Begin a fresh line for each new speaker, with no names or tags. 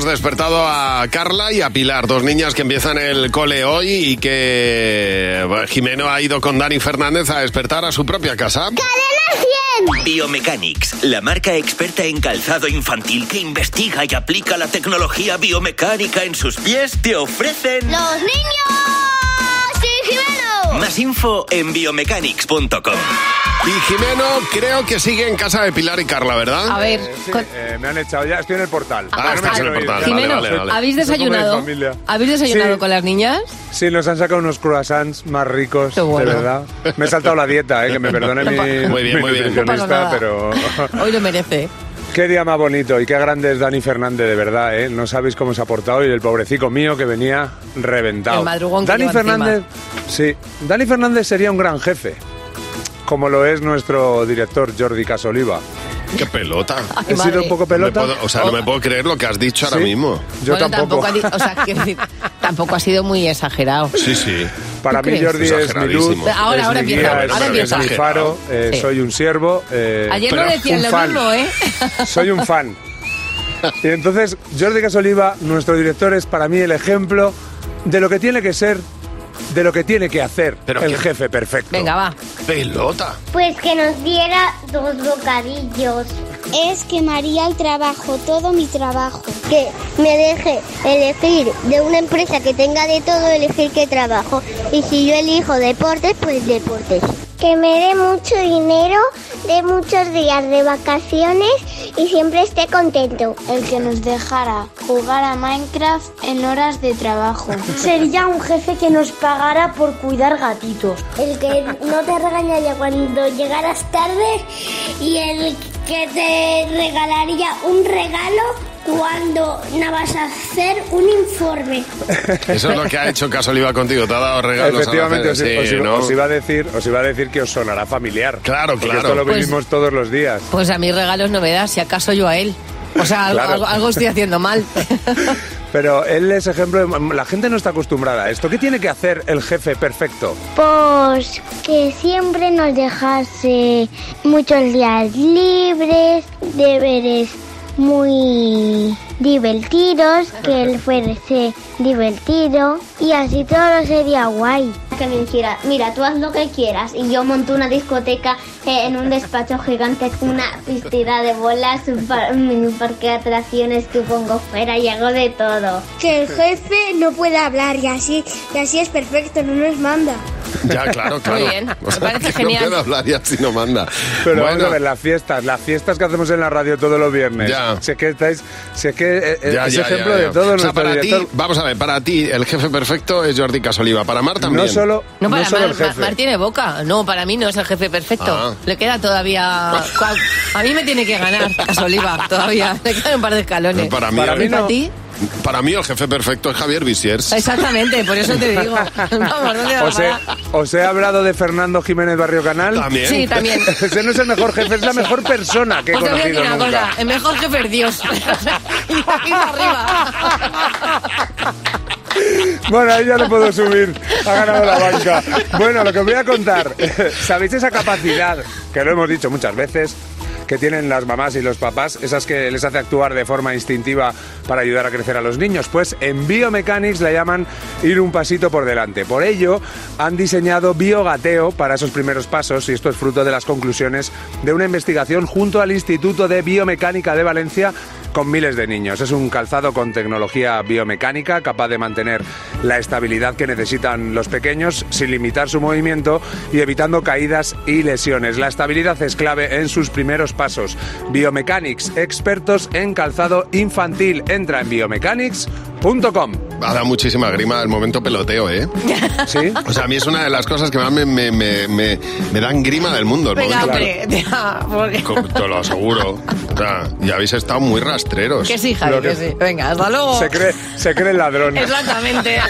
Hemos despertado a Carla y a Pilar, dos niñas que empiezan el cole hoy y que bueno, Jimeno ha ido con Dani Fernández a despertar a su propia casa.
Biomechanics, la marca experta en calzado infantil que investiga y aplica la tecnología biomecánica en sus pies, te ofrecen
¡Los niños! ¡Sí, Jimeno!
más info en biomechanics.com.
Y Jimeno creo que sigue en casa de Pilar y Carla, ¿verdad?
A ver,
Eh, sí,
con-
eh, me han echado ya, estoy en el portal.
Ah,
no me
estás en el
quiero ir,
portal,
ya.
vale,
Jimeno,
vale, vale.
¿habéis
Soy como de
desayunado?
familia.
¿Habéis desayunado
Sí.
con las niñas?
Sí, nos han sacado unos croissants más ricos,
Qué bueno.
de verdad. Me he saltado la dieta, eh, que me perdone
No
mi,
pasa-
Muy bien,
mi
muy bien.
No pasa
nutricionista,
nada.
pero...
Hoy lo merece.
Qué día más bonito y qué grande es Dani Fernández, de verdad, ¿eh? No sabéis cómo se ha portado y el pobrecico mío que venía reventado.
El madrugón que
Dani
lleva
Fernández, sí, Dani Fernández sería un gran jefe, como lo es nuestro director Jordi Casoliva.
Qué pelota.
Ay,
He sido
madre.
un poco
No me
pelota.
puedo- o sea, no me puedo creer lo que has dicho ahora
Sí,
mismo.
Yo
Bueno,
tampoco.
ha di- o sea, quiero decir, tampoco ha sido muy exagerado.
Sí, sí.
Para
¿Tú
mí
crees?
Jordi es mi luz,
Exageradísimo.
Ahora,
es
ahora
mi
empieza,
guía, es
ahora
mi-
empieza.
es mi faro, eh,
Sí.
soy un siervo. eh,
Ayer no
pero
decían
un
lo
fan.
mismo, ¿eh?
Soy un fan. Y entonces, Jordi Casoliva, nuestro director, es para mí el ejemplo de lo que tiene que ser, de lo que tiene que hacer
Pero
el
qué-
jefe perfecto.
Venga, va.
Pelota.
Pues que nos diera dos bocadillos.
Es que María el trabajo, todo mi trabajo.
Que me deje elegir de una empresa que tenga de todo, elegir qué trabajo. Y si yo elijo deportes, pues deportes. Que me dé mucho dinero, de muchos días de vacaciones y siempre esté contento.
El que nos dejara jugar a Minecraft en horas de trabajo.
Sería un jefe que nos pagara por cuidar gatitos.
El que no te regañaría cuando llegaras tarde y el que te regalaría un regalo cuando no vas a hacer un informe.
Eso es lo que ha hecho Casoliva contigo. Te ha dado regalos. a
Efectivamente,
la
os,
cena.
os-
Sí,
os-
¿no?
os iba a decir, os iba a decir que os sonará familiar.
Claro,
Porque
claro.
Esto lo
Pues-
vivimos todos los días.
Pues a mis regalos no me da, si acaso yo a él. O sea, algo,
Claro.
algo- algo estoy haciendo mal.
Pero él es ejemplo. de- La gente no está acostumbrada a esto. ¿Qué tiene que hacer el jefe perfecto?
Pues que siempre nos dejase muchos días libres, deberes muy divertidos, que él fuese divertido y así todo sería guay. Que me dijera, mira, tú haz lo que quieras y yo monto una discoteca eh, en un despacho gigante con una piscina de bolas, un, par- un mini parque de atracciones, tú pongo fuera y hago de todo.
Que el jefe no pueda hablar y así, y así es perfecto, no nos manda.
Ya, claro, claro.
bien, me
O sea,
parece
que
genial.
No puede hablar y así no manda.
Pero vamos
bueno,
a ver, las fiestas, las fiestas que hacemos en la radio todos los viernes.
Ya.
Si es que estáis, si es que eh, eh,
ya,
es
ya,
ejemplo
ya, ya.
de todo
O sea,
nuestro
para
director.
ti, vamos a ver, para ti el jefe perfecto es Jordi Casoliva. Para Mar también.
No solo,
No,
no
para
solo
Mar,
el jefe.
Mar- Mar tiene boca. No, para mí no es el jefe perfecto.
Ah.
Le queda todavía... A mí me tiene que ganar Casoliva todavía. Le quedan un par de escalones.
Para mí,
Para
el-
mí
¿Para
no.
ti?
para mí el jefe perfecto es Javier Visiers.
Exactamente, por eso te digo. Vamos, ¿dónde va
Os he,
a parar?
os he hablado de Fernando Jiménez Barrio Canal.
También. eh,
Sí, también.
Ese no es el mejor jefe, es la mejor persona que he
Pues te voy a decir una
conocido nunca.
cosa, el mejor jefe es Dios. y de aquí para arriba.
Bueno, ahí ya lo puedo subir. Ha ganado la banca. Bueno, lo que os voy a contar. ¿Sabéis esa capacidad, que lo hemos dicho muchas veces, que tienen las mamás y los papás, esas que les hace actuar de forma instintiva para ayudar a crecer a los niños? Pues en Biomechanics la llaman ir un pasito por delante. Por ello, han diseñado Biogateo para esos primeros pasos y esto es fruto de las conclusiones de una investigación junto al Instituto de Biomecánica de Valencia con miles de niños. Es un calzado con tecnología biomecánica capaz de mantener la estabilidad que necesitan los pequeños sin limitar su movimiento y evitando caídas y lesiones. La estabilidad es clave en sus primeros pasos. Biomechanics, expertos en calzado infantil. Entra en biomechanics.com.
Ha dado muchísima grima el momento peloteo, ¿eh?
¿Sí?
O sea, a mí es una de las cosas que más me, me, me, me- me dan grima del mundo. El
Venga,
momento
hombre. deja, porque-
peloteo. Te lo aseguro. O sea, y habéis estado muy rastreros.
Que sí, Javi,
Lo que-
que sí. Venga, hasta luego.
Se cree, se cree el ladrón.
Exactamente.